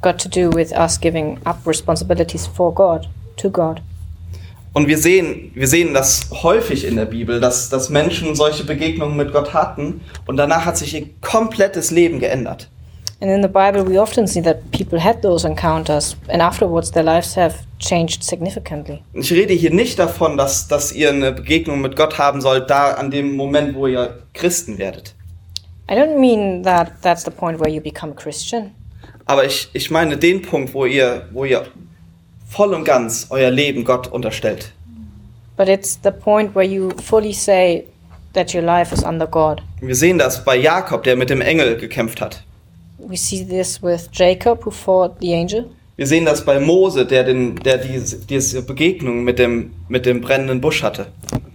Speaker 3: got to do with us giving up responsibilities for God, to God.
Speaker 2: Und wir sehen, wir sehen das häufig in der Bibel, dass, dass Menschen solche Begegnungen mit Gott hatten und danach hat sich ihr komplettes Leben geändert.
Speaker 3: And in the Bible, we often see that people had those encounters, and afterwards their lives have changed significantly.
Speaker 2: Und Ich rede hier nicht davon, dass, dass ihr eine Begegnung mit Gott haben sollt, da an dem Moment, wo ihr Christen werdet.
Speaker 3: I don't mean that that's the point where you become a Christian,
Speaker 2: Aber ich, ich meine den Punkt, wo ihr, wo ihr voll und ganz euer Leben Gott unterstellt.
Speaker 3: but it's the point where you fully say that your life is under God.
Speaker 2: Wir sehen das bei Jakob, der mit dem Engel gekämpft hat.
Speaker 3: We see this with Jacob, who fought the angel.
Speaker 2: Wir sehen das bei Mose, der, den, der diese, diese Begegnung mit dem, mit dem brennenden Busch hatte.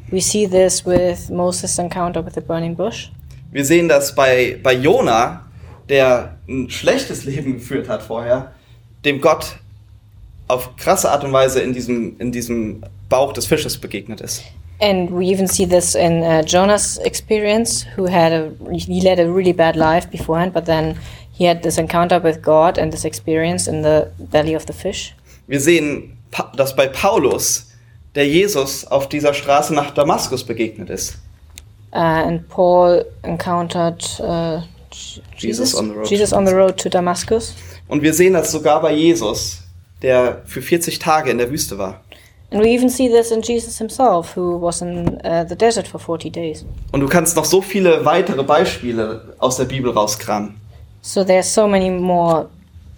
Speaker 3: We see this with Moses' encounter with the burning bush.
Speaker 2: Wir sehen das bei, bei Jona, der ein schlechtes Leben geführt hat vorher, dem Gott auf krasse Art und Weise in diesem, in diesem Bauch des Fisches begegnet ist.
Speaker 3: And we even see this in uh, Jonah's experience, who had a he led a really bad life beforehand, but then he had this encounter with God and this experience in the belly of the fish.
Speaker 2: Wir sehen, Pa- dass bei Paulus, der Jesus auf dieser Straße nach Damaskus begegnet ist.
Speaker 3: Uh, and Paul encountered uh, J-
Speaker 2: Jesus on the road to
Speaker 3: Jesus on the road to Damascus.
Speaker 2: Und wir sehen das sogar bei Jesus, der für 40 Tage in der Wüste war.
Speaker 3: And we even see this in Jesus himself, who was in uh, the desert for 40 days.
Speaker 2: Und du kannst noch so viele weitere Beispiele aus der Bibel rauskramen.
Speaker 3: So there are so many more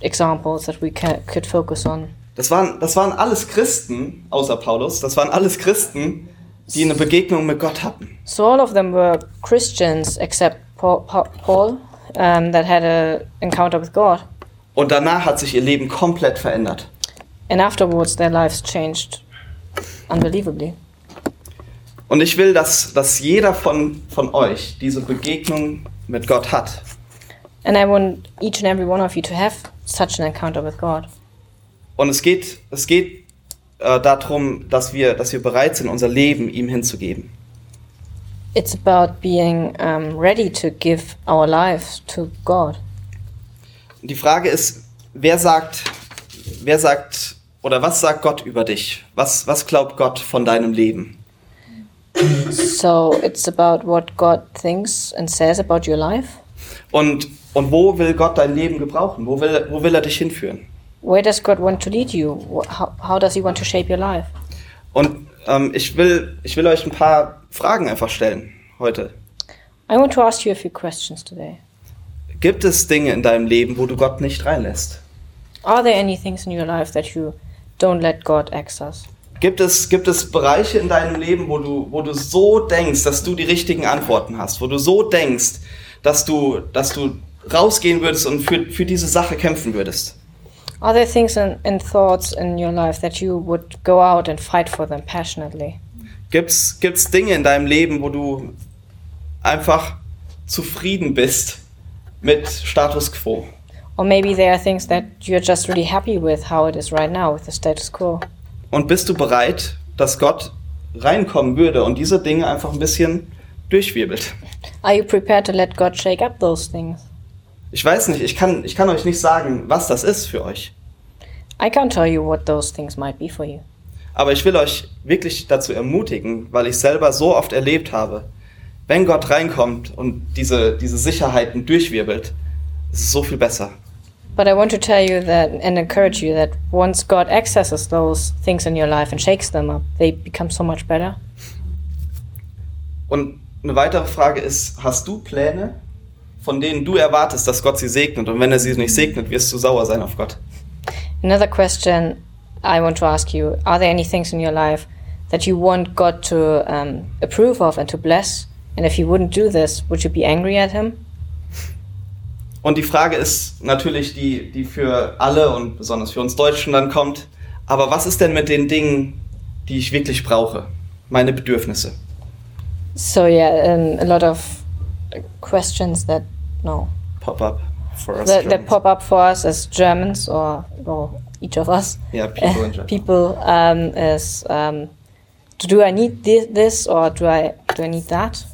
Speaker 3: examples that we ca could focus on.
Speaker 2: Das waren, das waren alles Christen, außer Paulus, das waren alles Christen, die eine Begegnung mit Gott hatten.
Speaker 3: So all of them were Christians except Paul, Pa- Paul um, that had a encounter with God,
Speaker 2: Und danach hat sich ihr Leben komplett verändert.
Speaker 3: and afterwards their lives changed unbelievably.
Speaker 2: Und ich will, dass, dass jeder von, von euch diese Begegnung mit Gott hat.
Speaker 3: And I want each and every one of you to have such an encounter with God.
Speaker 2: Und es geht, es geht äh, darum, dass wir, dass wir bereit sind, unser Leben ihm hinzugeben.
Speaker 3: It's about being um, ready to give our lives to God.
Speaker 2: Und die Frage ist, wer sagt, wer sagt oder was sagt Gott über dich? Was, was glaubt Gott von deinem Leben?
Speaker 3: So it's about what God thinks and says about your life.
Speaker 2: Und, und wo will Gott dein Leben gebrauchen? Wo will, wo will er dich hinführen?
Speaker 3: Where does God want to lead you? Wh- How, how does He want to shape your life?
Speaker 2: Und ähm, ich, will, ich will euch ein paar Fragen einfach stellen heute.
Speaker 3: I want to ask you a few questions today.
Speaker 2: Gibt es Dinge in deinem Leben, wo du Gott nicht reinlässt?
Speaker 3: Are there any things in your life that you don't let God access?
Speaker 2: Gibt es, gibt es Bereiche in deinem Leben, wo du, wo du so denkst, dass du die richtigen Antworten hast? Wo du so denkst, dass du, dass du rausgehen würdest und für, für diese Sache kämpfen würdest?
Speaker 3: Are there things and, and thoughts in your life that you would go out and fight for them passionately?
Speaker 2: Gibt es gibt's Dinge in deinem Leben, wo du einfach zufrieden bist mit Status quo?
Speaker 3: Or maybe there are things that you're just really happy with how it is right now, with the status quo.
Speaker 2: Und bist du bereit, dass Gott reinkommen würde und diese Dinge einfach ein bisschen durchwirbelt?
Speaker 3: Are you prepared to let God shake up those things?
Speaker 2: Ich weiß nicht, ich kann, ich kann euch nicht sagen, was das ist für euch.
Speaker 3: I can't tell you what those things might be for you.
Speaker 2: Aber ich will euch wirklich dazu ermutigen, weil ich selber so oft erlebt habe, wenn Gott reinkommt und diese, diese Sicherheiten durchwirbelt, ist es so viel besser.
Speaker 3: But I want to tell you that and encourage you that once God accesses those things in your life and shakes them up, they become so much better.
Speaker 2: Und eine weitere Frage ist, hast du Pläne von denen du erwartest, dass Gott sie segnet. Und wenn er sie nicht segnet, wirst du sauer sein auf Gott.
Speaker 3: Another question I want to ask you Are there any things in your life that you want God to um, approve of and to bless? And if He wouldn't do this, would you be angry at Him?
Speaker 2: Und die Frage ist natürlich die, die für alle und besonders für uns Deutschen dann kommt. Aber was ist denn mit den Dingen, die ich wirklich brauche? Meine Bedürfnisse.
Speaker 3: So, yeah, um, a lot of questions that, no,
Speaker 2: Pop-up for us.
Speaker 3: that, that
Speaker 2: Germans.
Speaker 3: pop up for us as Germans or, or each of us.
Speaker 2: Yeah, people in
Speaker 3: Uh,
Speaker 2: general.
Speaker 3: people um, is um, do I need thi- this or do I do I need that?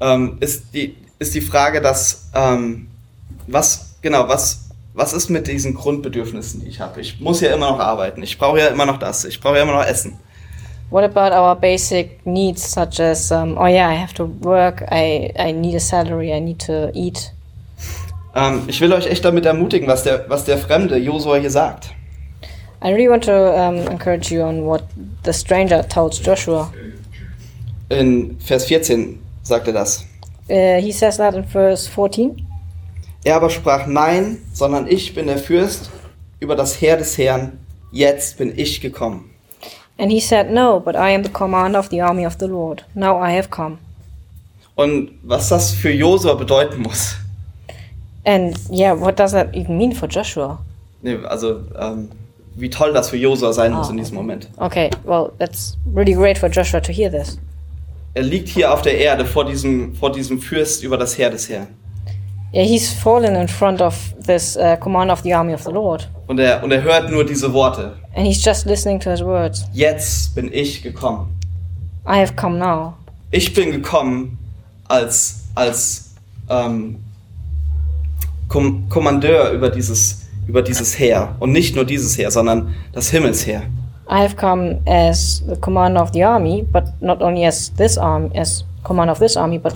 Speaker 2: ähm, ist, die, ist die Frage, dass ähm, was genau was was ist mit diesen Grundbedürfnissen, die ich habe? Ich muss ja immer noch arbeiten. Ich brauche ja immer noch das. Ich brauche ja immer noch Essen.
Speaker 3: What about our basic needs such as um, oh yeah I have to work I I need a salary I need to eat.
Speaker 2: Ähm, ich will euch echt damit ermutigen, was der was der Fremde Josua hier sagt.
Speaker 3: I really want to um, encourage you on what the stranger told Joshua.
Speaker 2: In Vers 14 sagt er das.
Speaker 3: Uh, he says that in verse 14.
Speaker 2: Er aber sprach nein, sondern ich bin der Fürst über das Heer des Herrn. Jetzt bin ich gekommen.
Speaker 3: And he said, No, but I am the commander of the army of the Lord. Now I have come.
Speaker 2: Und was das für Josua bedeuten muss.
Speaker 3: And yeah, what does that even mean for Joshua?
Speaker 2: Nee, also ähm, wie toll das für Josua sein muss
Speaker 3: Ah.
Speaker 2: in diesem Moment.
Speaker 3: Okay, well, that's really great for Joshua to hear this.
Speaker 2: Er liegt hier auf der Erde vor diesem, vor diesem Fürst über das Heer des Herrn.
Speaker 3: Yeah, he's fallen in front of this uh, commander of the army of the Lord,
Speaker 2: Und er, und er hört nur diese Worte.
Speaker 3: and he's just listening to his words.
Speaker 2: Jetzt bin ich gekommen.
Speaker 3: I have come now.
Speaker 2: Ich bin gekommen als, als ähm, Kom Kommandeur über dieses, über dieses Heer. Und nicht nur dieses Heer, sondern das Himmelsheer.
Speaker 3: I have come as the commander of the army, but not only as this arm, as commander of this army, but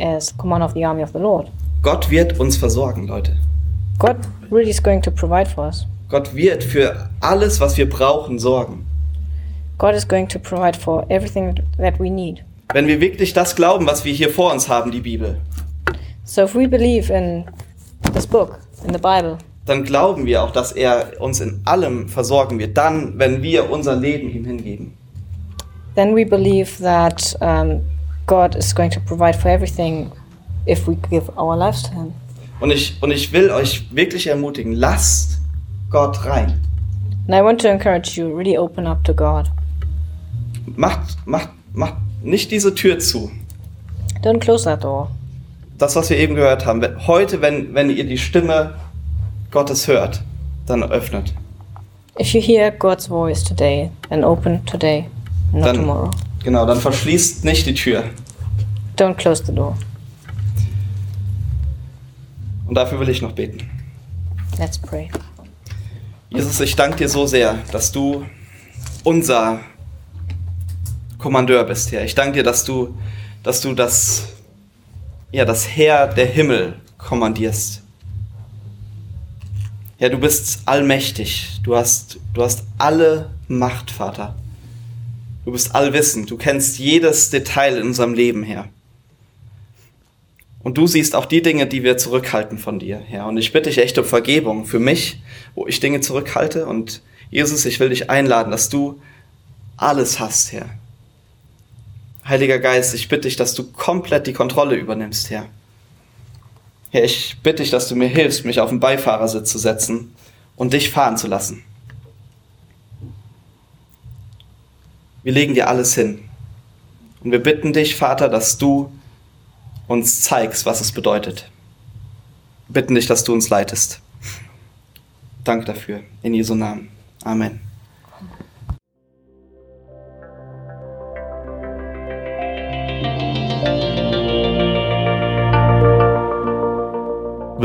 Speaker 3: as commander of the army of the Lord.
Speaker 2: Gott wird uns versorgen, Leute.
Speaker 3: God really is going to provide for us.
Speaker 2: Gott wird für alles, was wir brauchen, sorgen.
Speaker 3: God is going to provide for everything that we need.
Speaker 2: Wenn wir wirklich das glauben, was wir hier vor uns haben, die Bibel,
Speaker 3: So if we believe in this book, in the Bible,
Speaker 2: dann glauben wir auch, dass er uns in allem versorgen wird. Dann, wenn wir unser Leben ihm hingeben.
Speaker 3: then we believe that um, God is going to provide for everything if we give our lives to Him.
Speaker 2: Und ich, und ich will euch wirklich ermutigen, lasst Gott rein.
Speaker 3: And I want to encourage you really open up to God.
Speaker 2: Macht, macht, macht nicht diese Tür zu.
Speaker 3: Don't close that door.
Speaker 2: Das, was wir eben gehört haben. Wenn- Heute, wenn, wenn ihr die Stimme Gottes hört, dann öffnet.
Speaker 3: If you hear God's voice today, then open today, not
Speaker 2: Dann-
Speaker 3: tomorrow.
Speaker 2: Genau, dann verschließt nicht die Tür.
Speaker 3: Don't close the door.
Speaker 2: Und dafür will ich noch beten.
Speaker 3: Let's pray.
Speaker 2: Jesus, ich danke dir so sehr, dass du unser Kommandeur bist, Herr. Ich danke dir, dass du, dass du das, ja, das Herr der Himmel kommandierst. Ja, du bist allmächtig. Du hast, du hast alle Macht, Vater. Du bist allwissend. Du kennst jedes Detail in unserem Leben, Herr. Und du siehst auch die Dinge, die wir zurückhalten von dir, Herr. Und ich bitte dich echt um Vergebung für mich, wo ich Dinge zurückhalte. Und Jesus, ich will dich einladen, dass du alles hast, Herr. Heiliger Geist, ich bitte dich, dass du komplett die Kontrolle übernimmst, Herr. Herr, ich bitte dich, dass du mir hilfst, mich auf den Beifahrersitz zu setzen und dich fahren zu lassen. Wir legen dir alles hin. Und wir bitten dich, Vater, dass du uns zeigst, was es bedeutet. Bitten dich, dass du uns leitest. Danke dafür. In Jesu Namen. Amen.